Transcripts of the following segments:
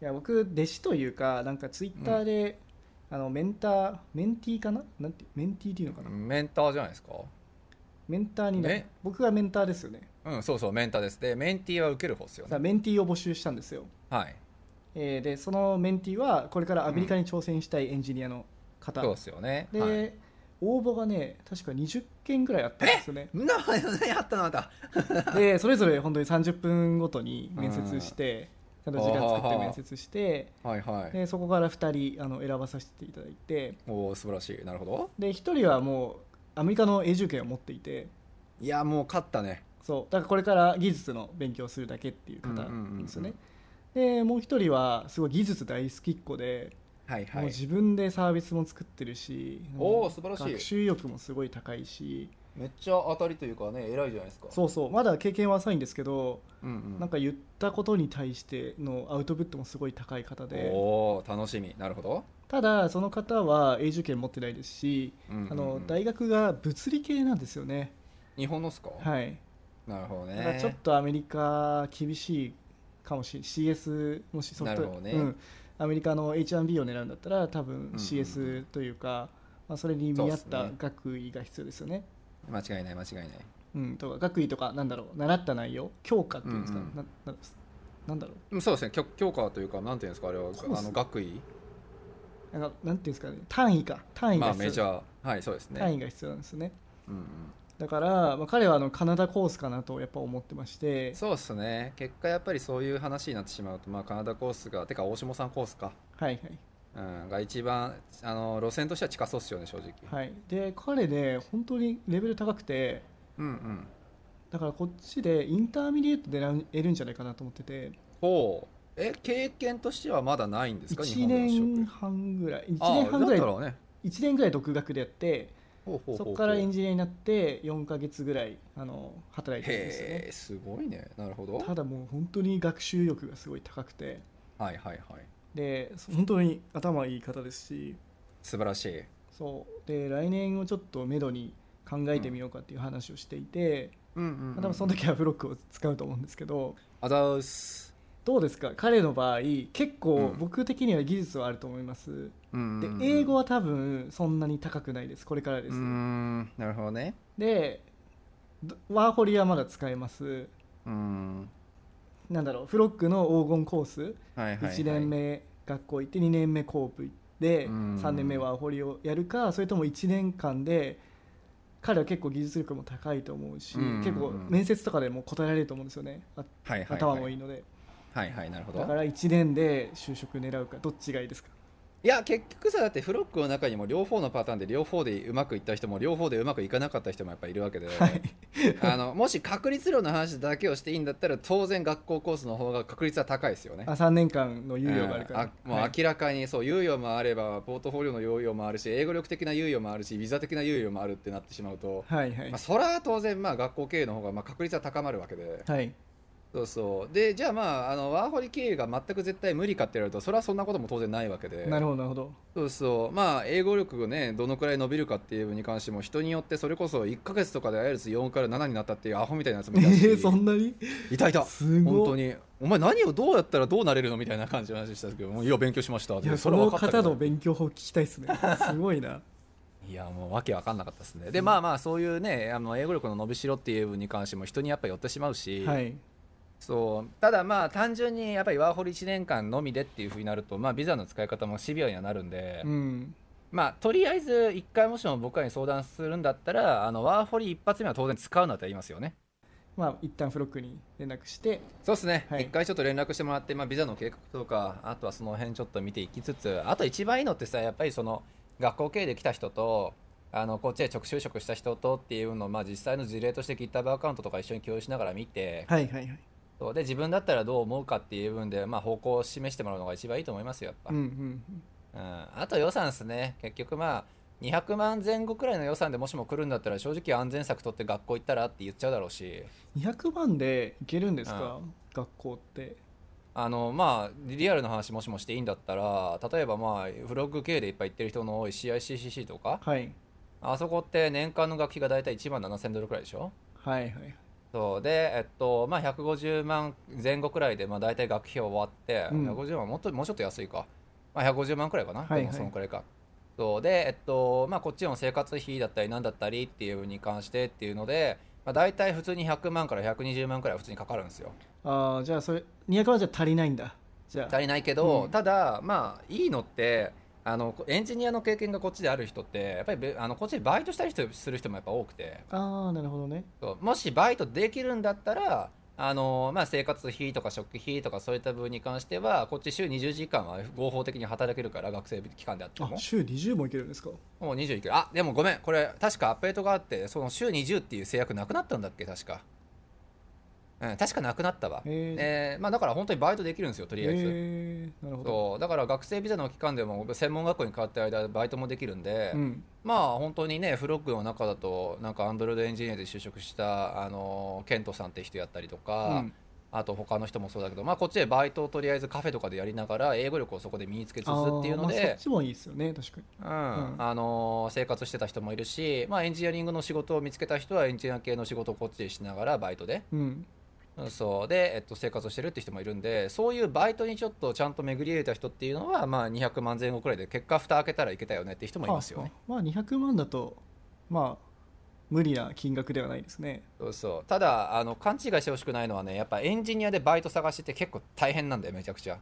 いや僕弟子というかなんかツイッターで、あのメンターメンティーかななんてメンティーっていうのかな、メンターじゃないですかメンターになね僕がメンターですよねうんそうそうメンターですでメンティーは受ける方ですよさあメンティーを募集したんですよ、はいえーでそのメンティーはこれからアメリカに挑戦したいエンジニアの方、そうですよねで、はい応募がね確か20件ぐらいあったんですよね そんな何やったのあなたでそれぞれ本当に30分ごとに面接してちゃんと時間作って面接してはいはいでそこから2人あの選ばさせていただいておお素晴らしいなるほどで1人はもうアメリカの永住権を持っていていやもう勝ったねそうだからこれから技術の勉強をするだけっていう方なんですよね、でもう1人はすごい技術大好きっ子で、はいはもうい自分でサービスも作ってるしおーうん素晴らしい学習意欲もすごい高いしめっちゃ当たりというかね偉いじゃないですかそうそうまだ経験は浅いんですけど、うんうんなんか言ったことに対してのアウトプットもすごい高い方でおお楽しみなるほど、ただその方は永住権持ってないですしうんうんうんあの大学が物理系なんですよね、日本のっすか、はい、なるほどだからねちょっとアメリカ厳しいかもしれない CS もしソフなるトほどねうん、アメリカの H1B を狙うんだったら多分うん CS というか、まあ、それに見合っそうたっすね学位が必要ですよね間違いない間違いないうん、とか学位とかなんだろう習った内容教科っていうんですか、うんうんなななんだろうんそうですね教教科というかなんていうんですかあれはそうっすあの学位うなんかなんていうんですかね単位か単位まがあメジ必要、ャーはいそうですね単位が必要なんですよねうんだから、まあ、彼はあのカナダコースかなとやっぱ思ってましうてん、そうですね結果やっぱりそういう話になってしまうと、まあ、カナダコースがてか大下さんコースか、はいはいうん、が一番あの路線としては近そうっすよね正直、はい、で彼ね本当にレベル高くてうんうんだからこっちでインターミディエート狙えるんじゃないかなと思っててほうえ経験としてはまだないんですか1年半ぐらい1ああ年半ぐらいだったらね一年ぐらい独学でやってほうほうほうほうそこからエンジニアになって4か月ぐらいあの働いてるんですよへねえすごいねなるほどただもう本当に学習欲がすごい高くてはいはいはいで本当に頭いい方ですし素晴らしいそうで来年をちょっとめどに考えてみようかっていう話をしていて、うんうん、まあ多分その時はブロックを使うと思うんですけど、あざうすどうですか彼の場合結構うん僕的には技術はあると思います、うんで英語はは多分そんなに高くないですこれからでうす、んなるほどねでどワーホリはまだ使えますうんなんだろうフロックの黄金コース、はいはい、はい、 1年目学校行って2年目コープ行ってうん3年目ワーホリをやるかそれとも1年間で彼は結構技術力も高いと思うしうん結構面接とかでも答えられると思うんですよねあはいはいはい頭もいいのではいはいなるほどだから1年で就職狙うかどっちがいいですかいや結局さだってフロックの中にも両方のパターンで両方でうまくいった人も両方でうまくいかなかった人もやっぱいるわけで、はいあのもし確率論の話だけをしていいんだったら当然学校コースの方が確率は高いですよねあ3年間の猶予があるから、うんあもはうい明らかにそう猶予もあればポートフォリオの猶予もあるし英語力的な猶予もあるしビザ的な猶予もあるってなってしまうと、はいはいまあ、それは当然まあ学校経営の方がまあ確率は高まるわけではいそうそうでじゃあまああのワーホリ経営が全く絶対無理かって言われるとそれはそんなことも当然ないわけでなるほどなるほどそうそうまあ英語力がねどのくらい伸びるかっていうのに関しても人によってそれこそ1か月とかで IELTS4 から7になったっていうアホみたいなやつもえいた し、ーそんなにいたいたすごい本当にお前何をどうやったらどうなれるのみたいな感じの話でしたけどもういや勉強しましたっいてやそれはの分かったけ方どの勉強法聞きたいですね すごい ないやもうわけわかんなかったですねでまあまあそういうねあの英語力の伸びしろっていう部分に関しても人にやっぱ寄ってしまうし、はいそうただまあ単純にやっぱりワーホリ1年間のみでっていうふうになるとまあビザの使い方もシビアにはなるんで、うんまあとりあえず一回もしも僕らに相談するんだったらあのワーホリ一発目は当然使うなって言いますよねまあ一旦フロックに連絡してそうですね、はい一回ちょっと連絡してもらって、まあ、ビザの計画とか、あとはその辺ちょっと見ていきつつ、あと一番いいのってさ、やっぱりその学校経営で来た人と、あのこっちで直就職した人とっていうのを、まあ、実際の事例として GitHub アカウントとか一緒に共有しながら見て、はいはいはいそうで自分だったらどう思うかっていう部分で、まあ、方向を示してもらうのが一番いいと思いますよやっぱ、うんうんうん、あと予算ですね結局まあ200万前後くらいの予算でもしも来るんだったら正直安全策取って学校行ったらって言っちゃうだろうしうん200万でいけるんですか、学校ってあのまあリアルな話もしもしていいんだったら例えばまあフロッグ系でいっぱい行ってる人の多い CICCC とかはいあそこって年間の学費が大体1万7000ドルくらいでしょはいはいそうで、えっとまあ、150万前後くらいで、まあ、大体学費を終わって、うん150万もっともうちょっと安いか、まあ、150万くらいかな、はいはいでもそのくらいかそうで、えっとまあ、こっちの生活費だったり何だったりっていうのに関してっていうので、まあ、大体普通に100万から120万くらいは普通にかかるんですよああじゃあそれ200万じゃ足りないんだじゃあ足りないけど、うんただまあいいのってあのエンジニアの経験がこっちである人ってやっぱりべあのこっちでバイトしたり人する人もやっぱ多くてああなるほどねそうもしバイトできるんだったらあのまあ、生活費とか食費とかそういった部分に関してはこっち週20時間は合法的に働けるから学生期間であってあも週20もいけるんですかもう20いくあでもごめんこれ確かアップデートがあってその週20っていう制約なくなったんだっけ確か、うん、確かなくなったわ、へええーまあ、だから本当にバイトできるんですよとりあえず、えーなるほどそうだから学生ビザの期間でも専門学校に通ってる間バイトもできるんで、うんまあ本当にねフロッグの中だとなんかアンドロイドエンジニアで就職したあのケントさんって人やったりとか、うんあと他の人もそうだけど、まあ、こっちでバイトをとりあえずカフェとかでやりながら英語力をそこで身につけつつっていうのあーまあそでっ、ちもいいですよね確かにうんうんあの生活してた人もいるし、まあ、エンジニアリングの仕事を見つけた人はエンジニア系の仕事をこっちでしながらバイトで。うんうんそうで、えっと、生活をしてるって人もいるんでそういうバイトにちょっとちゃんと巡り入れた人っていうのは、まあ、200万前後くらいで結果蓋開けたらいけたよねって人もいますよね。あまあ200万だとまあ無理な金額ではないですねそうそうただあの勘違いしてほしくないのはねやっぱエンジニアでバイト探しって結構大変なんだよめちゃくちゃ、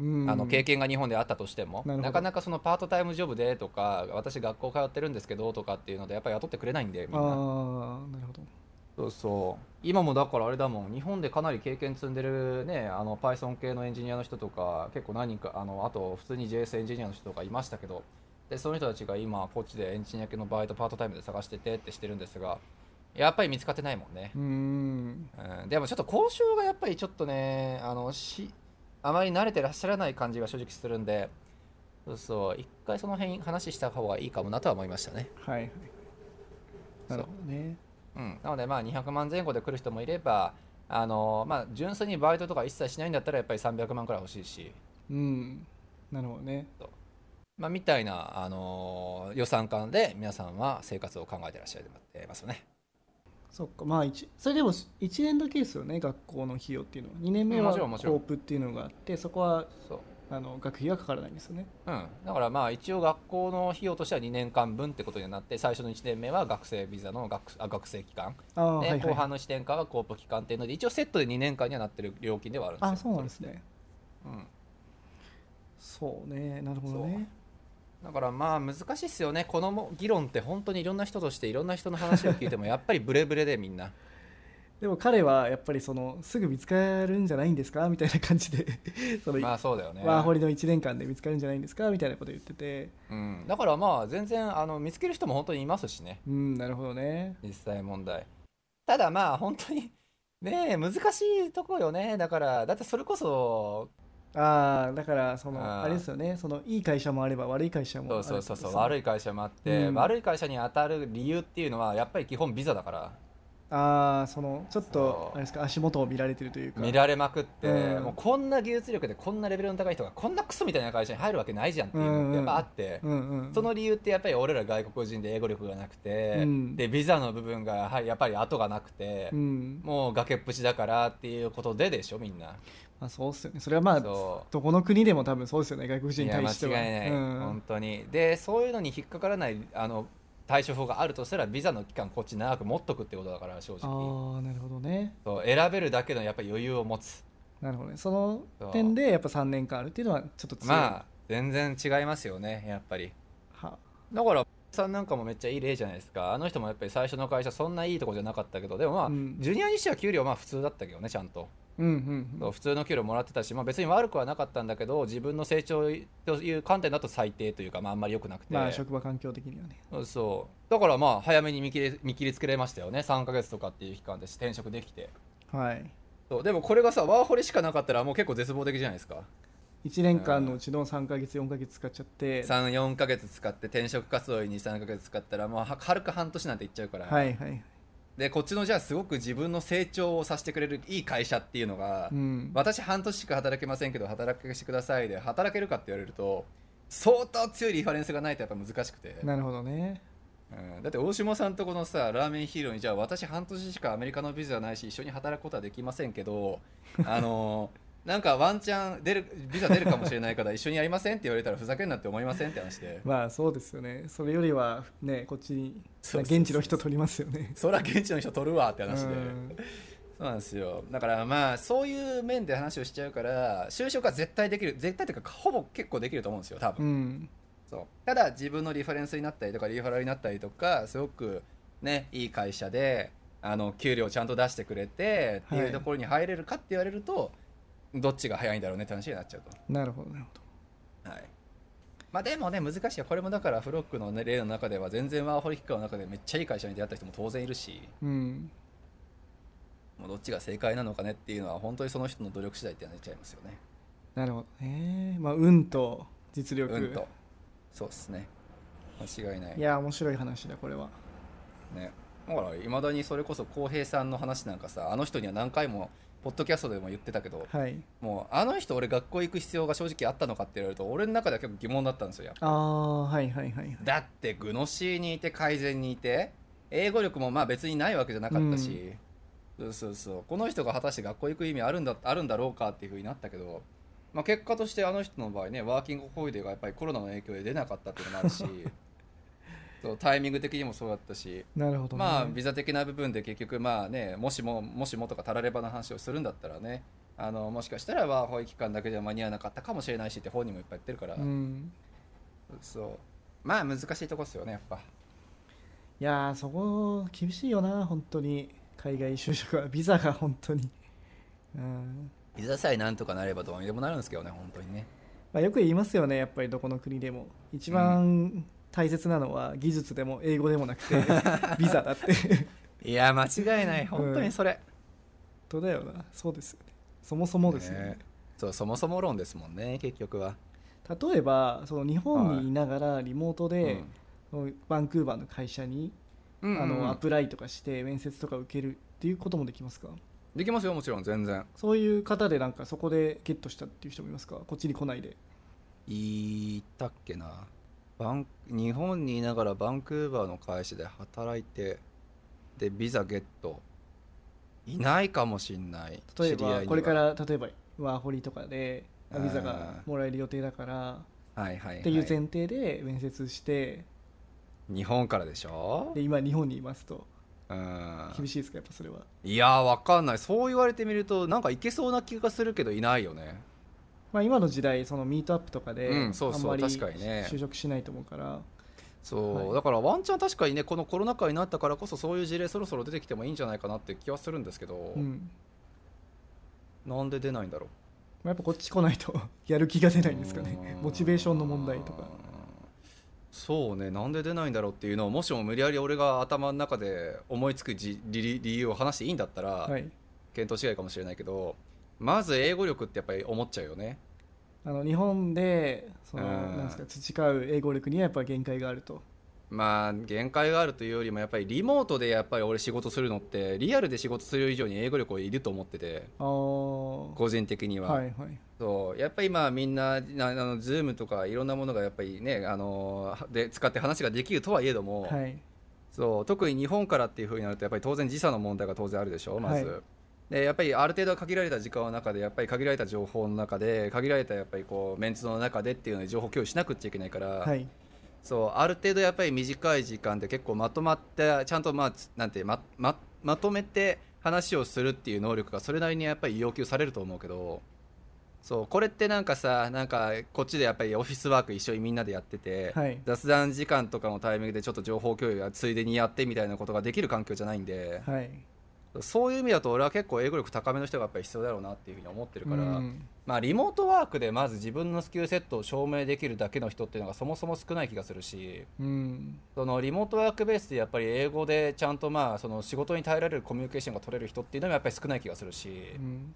うんあの経験が日本であったとしてもなるほどなかなかそのパートタイムジョブでとか私学校通ってるんですけどとかっていうのでやっぱり雇ってくれないんでみんなああなるほどそうそう今もだからあれだもん日本でかなり経験積んでるねあの Python 系のエンジニアの人とか結構何人かあのあと普通に JS エンジニアの人とかいましたけどでその人たちが今こっちでエンジニア系のバイトパートタイムで探しててってしてるんですがやっぱり見つかってないもんねう、ーんうん、でもちょっと交渉がやっぱりちょっとねあのしあまり慣れてらっしゃらない感じが正直するんでそうそう一回その辺話した方がいいかもなとは思いましたねはいはいなるほどねうん、なのでまあ200万前後で来る人もいれば、あのまあ、純粋にバイトとか一切しないんだったらやっぱり300万くらい欲しいし、うんなるほどねまあ、みたいな、あの予算感で皆さんは生活を考えてらっしゃいますよね。そっかまあ一それでも1年だけですよね学校の費用っていうのは2年目うんはもちろんコもちろんープっていうのがあってそこはそうあの学費がかからないんですよねうん、だからまあ一応学校の費用としては2年間分ってことになって最初の1年目は学生ビザの学あ学生期間ああで、はい後はい半の1年間はコープ期間っていうので一応セットで2年間にはなってる料金ではあるんですよあそうなんですねうん、そうねなるほどねだからまあ難しいっすよねこのも議論って本当にいろんな人としていろんな人の話を聞いても やっぱりブレブレでみんなでも彼はやっぱりそのすぐ見つかるんじゃないんですかみたいな感じで その、まあそうだよねワーホリの1年間で見つかるんじゃないんですかみたいなこと言っててうん、だからまあ全然あの見つける人も本当にいますしねうんなるほどね実際問題ただまあ本当にねえ難しいとこよねだからだってそれこそああだからそのあーあれですよねそのいい会社もあれば悪い会社もあそるうそうそうそうい悪い会社もあって、うん悪い会社に当たる理由っていうのはやっぱり基本ビザだからああそのちょっそうとあれですか足元を見られてるというか見られまくって、うんもうこんな技術力でこんなレベルの高い人がこんなクソみたいな会社に入るわけないじゃんっていうのってやっぱあって、うんうん、その理由ってやっぱり俺ら外国人で英語力がなくて、うんでビザの部分がやはりやっぱり後がなくて、うんもう崖っぷちだからっていうことででしょみんなまあ、そうっすよねそれはまあどそこの国でも多分そうですよね外国う人いにや対間しては違いない、うん本当にでそういうのに引っかからないあの対処法があるとしたらビザの期間こっち長く持っとくってことだから正直ああなるほどねそう選べるだけのやっぱり余裕を持つなるほどねその点でやっぱ3年間あるっていうのはちょっと強い、まあ全然違いますよねやっぱりはだからさんなんかもめっちゃいい例じゃないですかあの人もやっぱり最初の会社そんないいとこじゃなかったけどでもまあ、うんジュニアにしては給料まあ普通だったけどねちゃんとうんうんそう普通の給料もらってたし、まあ、別に悪くはなかったんだけど自分の成長という観点だと最低というか、まあ、あんまり良くなくて、まあ職場環境的にはねそうそうだからまあ早めに見切り見切りつけられましたよね3ヶ月とかっていう期間で転職できてはいそうでもこれがさワーホリしかなかったらもう結構絶望的じゃないですか1年間のうちの3か月4か月使っちゃって34か月使って転職活動に23か月使ったらもうは軽く半年なんていっちゃうから、はいはいでこっちのじゃあすごく自分の成長をさせてくれるいい会社っていうのが、うん私半年しか働けませんけど働かせてくださいで働けるかって言われると相当強いリファレンスがないとやっぱ難しくて、なるほどねうん、だって大島さんとこのさラーメンヒーローにじゃあ私半年しかアメリカのビザないし一緒に働くことはできませんけ どあのなんかワンチャン出るビザ出るかもしれないから一緒にやりませんって言われたらふざけんなって思いませんって話でまあそうですよねそれよりはねこっちにそうそうそう現地の人取りますよねそりゃ現地の人取るわって話で。うんそうなんですよだからまあそういう面で話をしちゃうから就職は絶対できる絶対というかほぼ結構できると思うんですよ多分、うんそうただ自分のリファレンスになったりとかリファラルになったりとかすごくねいい会社であの給料ちゃんと出してくれてってはいいうところに入れるかって言われると、どっちが早いんだろうねって話になっちゃうなるほどなるほどと、はいまあ、でもね難しいよこれもだからフロックの、ね、例の中では全然ワーホリ期間の中でめっちゃいい会社に出会った人も当然いるしうんもうどっちが正解なのかねっていうのは本当にその人の努力次第ってなっちゃいますよねなるほどねまあ運と実力、うんとそうですね間違いないいや面白い話だこれはねだからいまだにそれこそ浩平さんの話なんかさあの人には何回もポッドキャストでも言ってたけどはいもうあの人俺学校行く必要が正直あったのかって言われると俺の中では結構疑問だったんですよやっぱああはいはいはいはいだってグノシーにいて改善にいて英語力もまあ別にないわけじゃなかったし、そうそうそうこの人が果たして学校行く意味あるんだあるんだろうかっていうふうになったけど、まあ、結果としてあの人の場合ねワーキングホリデーがやっぱりコロナの影響で出なかったっていうのもあるしそうタイミング的にもそうだったし。なるほどね、まあビザ的な部分で結局まあねもしももしもとかたらればの話をするんだったらねあのもしかしたらワーホリ期間だけじゃ間に合わなかったかもしれないしって本人もいっぱい言ってるから、うんそうまあ難しいとこっすよねやっぱいやーそこ厳しいよな本当に海外就職はビザが本当に、うんビザさえなんとかなればどうにでもなるんですけどね本当にねまあ、よく言いますよねやっぱりどこの国でも一番大切なのは技術でも英語でもなく てビザだっていや間違いない本当にそれ、本当だよなそうですよねそもそもですよねねそうそもそも論ですもんね結局は例えばその日本にいながらリモートで、そのバンクーバーの会社に、うん、うんあうんうんのアプライとかして面接とか受けるっていうこともできますかできますよもちろん全然そういう方でなんかそこでゲットしたっていう人もいますかこっちに来ないで言ったっけなバン日本にいながらバンクーバーの会社で働いてでビザゲットいないかもしんない例知り合いえにばはこれから例えばワーホリとかであービザがもらえる予定だからはいはい、はい、っていう前提で面接して日本からでしょで今日本にいますとうん厳しいですかやっぱそれはいやーわかんないそう言われてみるとなんかいけそうな気がするけどいないよねまあ今の時代そのミートアップとかであうんそうそんうまり確かにね就職しないと思うからそう、はいだからワンチャン確かにねこのコロナ禍になったからこそそういう事例そろそろ出てきてもいいんじゃないかなって気はするんですけど、うんなんで出ないんだろうまあやっぱこっち来ないと やる気が出ないんですかね うんモチベーションの問題とかそうねなんで出ないんだろうっていうのをもしも無理やり俺が頭の中で思いつくじ理理由を話していいんだったら、はい見当違いかもしれないけどまず英語力ってやっぱり思っちゃうよねあの日本でそのうんなんですか培う英語力にはやっぱ限界があるとまあ限界があるというよりもやっぱりリモートでやっぱり俺仕事するのってリアルで仕事する以上に英語力いると思っててああ個人的には、はいはいそうやっぱり今みんななあの Zoom とかいろんなものがやっぱりねあので使って話ができるとはいえども、はいそう特に日本からっていうふうになるとやっぱり当然時差の問題が当然あるでしょまず、はいでやっぱりある程度限られた時間の中でやっぱり限られた情報の中で限られたやっぱりこうメンツの中でっていうので情報共有しなくっちゃいけないから、はいそうある程度やっぱり短い時間で結構まとまってちゃんとまあつなんてまままとめて話をするっていう能力がそれなりにやっぱり要求されると思うけどそうこれってなんかさなんかこっちでやっぱりオフィスワーク一緒にみんなでやってて、はい雑談時間とかのタイミングでちょっと情報共有やついでにやってみたいなことができる環境じゃないんで、はいそういう意味だと俺は結構英語力高めの人がやっぱり必要だろうなっていうふうに思ってるから、うんまあ、リモートワークでまず自分のスキルセットを証明できるだけの人っていうのがそもそも少ない気がするしうんそのリモートワークベースでやっぱり英語でちゃんとまあその仕事に耐えられるコミュニケーションが取れる人っていうのもやっぱり少ない気がするし、うん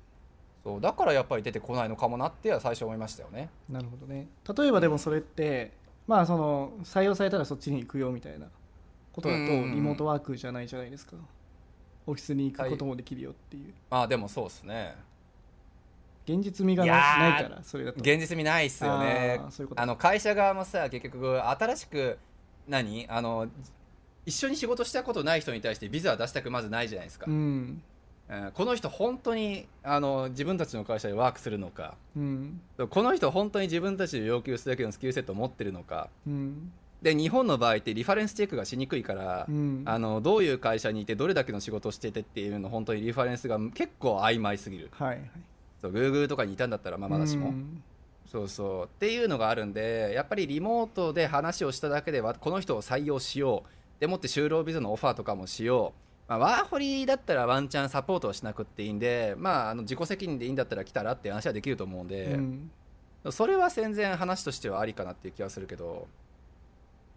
そうだからやっぱり出てこないのかもなっては最初思いましたよね。なるほどね例えばでもそれってまあその採用されたらそっちに行くよみたいなことだとうリんうんうんモートワークじゃないじゃないですかオフィスに行くこともできるよっていうまあでもそうですね現実味がいやなーないからそれだと現実味ないっすよねあーそういうことあの会社側もさ結局新しく何あの一緒に仕事したことない人に対してビザは出したくまずないじゃないですか、うんうんこの人本当にあの自分たちの会社でワークするのかうんこの人本当に自分たちで要求するだけのスキルセットを持ってるのかうんで日本の場合ってリファレンスチェックがしにくいから、うんあのどういう会社にいてどれだけの仕事をしててっていうの本当にリファレンスが結構曖昧すぎるはいはいそう Google とかにいたんだったらまあまだしも、うんそうそうっていうのがあるんでやっぱりリモートで話をしただけではこの人を採用しようでもって就労ビザのオファーとかもしよう、まあ、ワーホリだったらワンチャンサポートはしなくっていいんで、まあ、あの自己責任でいいんだったら来たらって話はできると思うんで、うんそれは全然話としてはありかなっていう気はするけど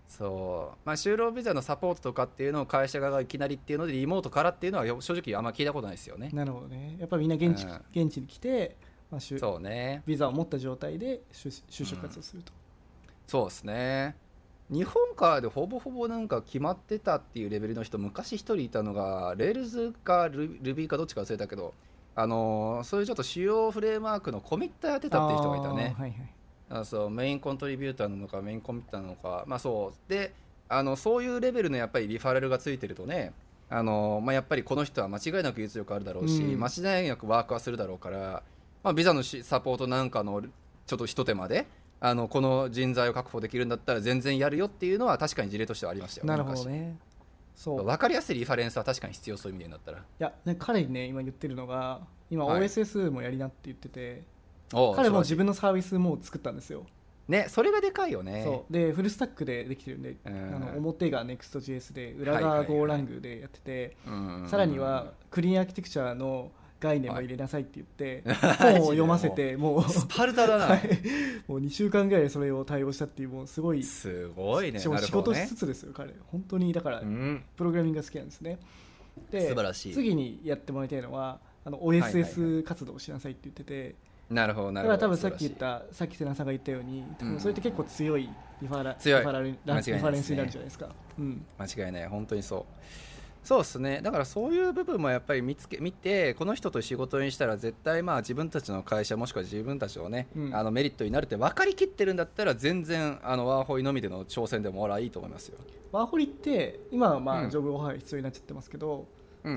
そう、まあ、就労ビザのサポートとかっていうのを会社側がいきなりっていうのでリモートからっていうのは正直あんま聞いたことないですよね。なるほどねやっぱりみんな現地,、うん現地に来て、まあ、就そうねビザを持った状態で就就職活動すると、そうですね日本からでほぼほぼなんか決まってたっていうレベルの人昔一人いたのがレールズかルルビーかどっちか忘れたけどあのーそういうちょっと主要フレームワークのコミッターやってたっていう人がいたねあーはいはいあのそうメインコントリビューターなのかメインコミッターなのかまあそうであのそういうレベルのやっぱりリファラルがついてるとねあの、まあ、やっぱりこの人は間違いなく技術力あるだろうし、うん間違いなくワークはするだろうから、まあ、ビザのしサポートなんかのちょっとひと手間であのこの人材を確保できるんだったら全然やるよっていうのは確かに事例としてはありましたよなるほどね昔そう分かりやすいリファレンスは確かに必要そういう意味でなったいや、ね、彼にね今言ってるのが今はい OSS もやりなって言ってて、らおう彼も素晴自分のサービスもう作ったんですよ、らしいねそれがでかいよねそうでフルスタックでできてるんで、うんあの表が NEXTJS で裏がはいはいはい GoLang でやってて、うんさらにはクリーンアーキテクチャの概念も入れなさいって言って、はい本を読ま せてもう スパルタだな、はいもう2週間ぐらいでそれを対応したっていうもうすごいすごいねしかもなる仕ほど事ねしつつですよ、彼本当にだからうんプログラミングが好きなんですねで素晴らしい次にやってもらいたいのはあのいはいはい OSS 活動をしなさいって言ってて、なるほどなだるかほどら多分さっき言ったさっき瀬名さんが言ったように多分それって結構強いリファラ強いリファラルリフ間違いないですねァレンスになるじゃないですかうん素晴らしい間違いない本当にそうそうですねだからそういう部分もやっぱり見つけ見てこの人と仕事にしたら絶対まあ自分たちの会社もしくは自分たちのね、うんあのメリットになるって分かりきってるんだったら全然あのワーホイのみでの挑戦でも俺はいいと思いますよ、ワーホリって今はまうあんジョブオファー必要になっちゃってますけど、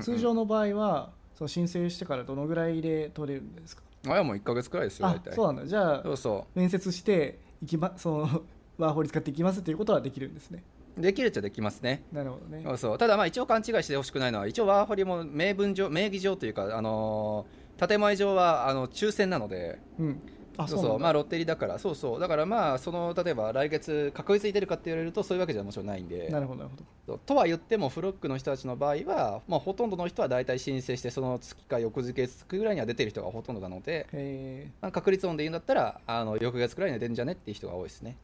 通常の場合はその申請してからどのぐらいで取れるんですかあれはもう1か月くらいですよ大あ体そうなんだじゃあそうそ面接していき、ま、 そのワーホリ使っていきますっていうことはできるんですねうできるっちゃできますねなるほどねそうそうただまあ一応勘違いしてほしくないのは一応ワーホリも名分上名義上というか、あのー建前上はあの抽選なのでうんあそうそそううなんだまあロッテリだからそうそうだからまあその例えば来月確率いてるかって言われるとそういうわけじゃもちろんないんでなるほどなるほどそうとは言ってもフロックの人たちの場合は、まあ、ほとんどの人は大体申請してその月か翌月ぐらいには出てる人がほとんどなので、へまあ、確率音で言うんだったらあの翌月くらいには出るんじゃねっていう人が多いです ね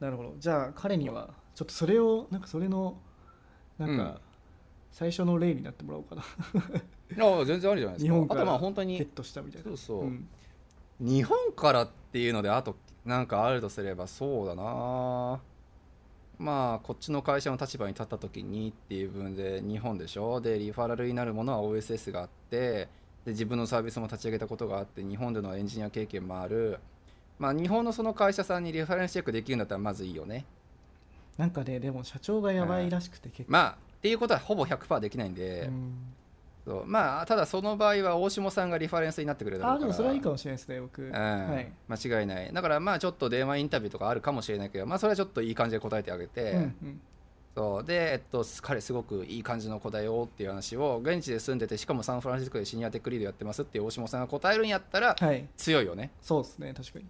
ーなるほどじゃあ彼にはちょっとそれをなんかそれのなんうんか最初の例になってもらおうかないや全然あるじゃないです日か本あかとまらあゲ本当ッにトしたみたいなそうそううん日本からっていうのであとなんかあるとすればそうだなまあこっちの会社の立場に立った時にっていう部分で日本でしょでリファラルになるものは OSS があってで自分のサービスも立ち上げたことがあって日本でのエンジニア経験もあるまあ日本のその会社さんにリファレンスチェックできるんだったらまずいいよねなんかねでも社長がやばいらしくて結構、まあっていうことはほぼ100%できないんで、うんそうまあただその場合は大下さんがリファレンスになってくれるだろあうかでらもそれはいいかもしれないですね僕、うんはい、間違いないだからまあちょっと電話インタビューとかあるかもしれないけどまあそれはちょっといい感じで答えてあげて、うんうんそうで、えっと、彼すごくいい感じの子だよっていう話を現地で住んでてしかもサンフランシスコでシニアテックリードやってますっていう大下さんが答えるんやったらはい強いよね、そうですね確かに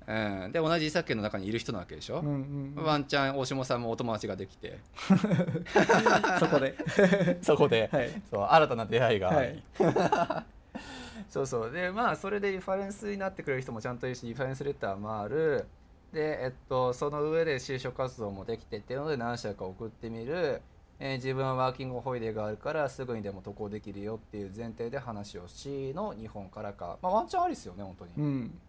うん、で同じ伊作圏の中にいる人なわけでしょう、んうん、ワンチャン大下さんもお友達ができて そこでそこで、はいそう新たな出会いが、はい、 そうそうでまあそれでリファレンスになってくれる人もちゃんといるしリファレンスレターもあるで、えっと、その上で就職活動もできてっていうので何社か送ってみる、えー自分はワーキングホリデーがあるからすぐにでも渡航できるよっていう前提で話をしの日本からか、まあ、ワンチャンありですよね本当に。うん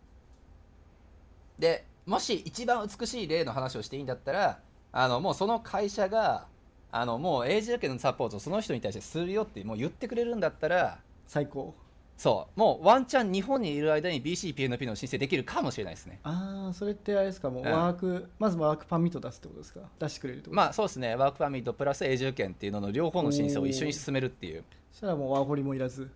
でもし一番美しい例の話をしていいんだったらあのもうその会社があのもう永住権のサポートをその人に対してするよってもう言ってくれるんだったら最高そうもうワンチャン日本にいる間に BCPNP の申請できるかもしれないですねああそれってあれですかもううんワーク、まずワークパミット出すってことですか出してくれるってことまあそうですねワークパミットプラス永住権っていうのの両方の申請を一緒に進めるっていうそしたらもうワーホリもいらず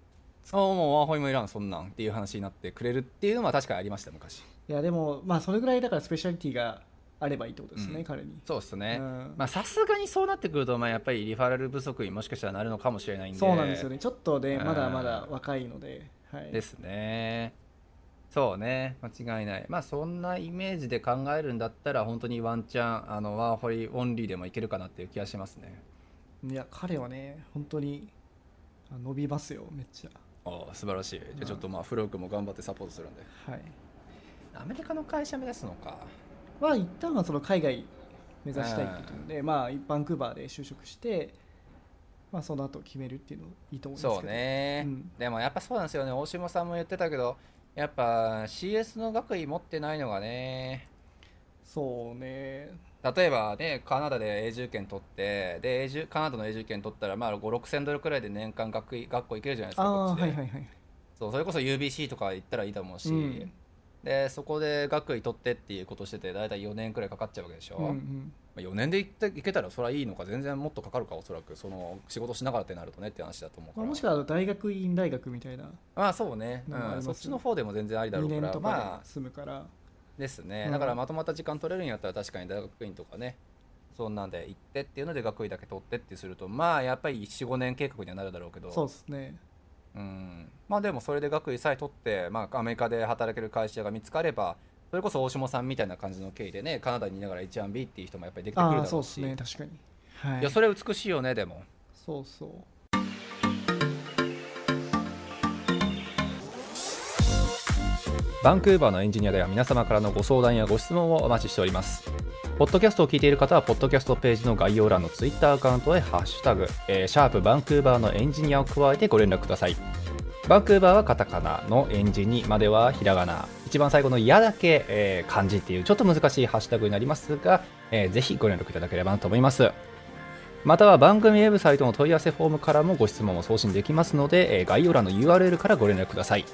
ああもうワーホイもいらんそんなんっていう話になってくれるっていうのは確かありました昔いやでもまあそれぐらいだからスペシャリティがあればいいってことですね、うん彼にそうですねうんまあさすがにそうなってくるとまあやっぱりリファラル不足にもしかしたらなるのかもしれないんでそうなんですよねちょっとで、うんまだまだ若いので,、はい、ですね。そうね、間違いない。まあそんなイメージで考えるんだったら、本当にワンチャン、あのワーホリオンリーでもいけるかなっていう気がしますね。いや彼はね本当にあ伸びますよめっちゃお素晴らしい。じゃあちょっとまあ、フロークも頑張ってサポートするんで。はいアメリカの会社目指すのか。まあ一旦はその海外目指したいってことなんで、まあバンクーバーで就職してまあその後決めるっていうのいいと思いますけどそうね、うんでもやっぱそうなんですよね。大島さんも言ってたけど、やっぱ CS の学位持ってないのがね、そうね例えばね、カナダで永住権取って、で、永住、カナダの永住権取ったら、まあ5、6千ドルくらいで年間学位、学校行けるじゃないですあか、こあっーちはでいはいはいそうそれこそ UBC とか行ったらいいと思うし、うんでそこで学位取ってっていうことしてて大体4年くらいかかっちゃうわけでしょ、うんうまんあ、4年で行って行けたらそれはいいのか全然もっとかかるかおそらくその仕事しながらってなるとねって話だと思うかまあ、らもしくは大学院大学みたいなまあそうね、うんありうまん、すそっちの方でも全然ありだろ2うか年らとまかあで済むから、ですね、うんだからまとまった時間取れるんやったら確かに大学院とかねそんなんで行ってっていうので学位だけ取ってってするとまあやっぱり45年計画にはなるだろうけどそうですねうん、まあでもそれで学位さえ取って、まあ、アメリカで働ける会社が見つかればそれこそ大下さんみたいな感じの経緯でねカナダにいながら H1B っていう人もやっぱりできてくるあだあろそううですしね確かにはいいやそれ美しいよねでもそうそうバンクーバーのエンジニアでは皆様からのご相談やご質問をお待ちしております。ポッドキャストを聞いている方は、ポッドキャストページの概要欄のツイッターアカウントへハッシュタグ、えーシャープバンクーバーのエンジニアを加えてご連絡ください。バンクーバーはカタカナのエンジニまではひらがな。一番最後のやだけ、えー漢字っていうちょっと難しいハッシュタグになりますが、えーぜひご連絡いただければなと思います。または番組ウェブサイトの問い合わせフォームからもご質問を送信できますので、えー概要欄の URL からご連絡ください。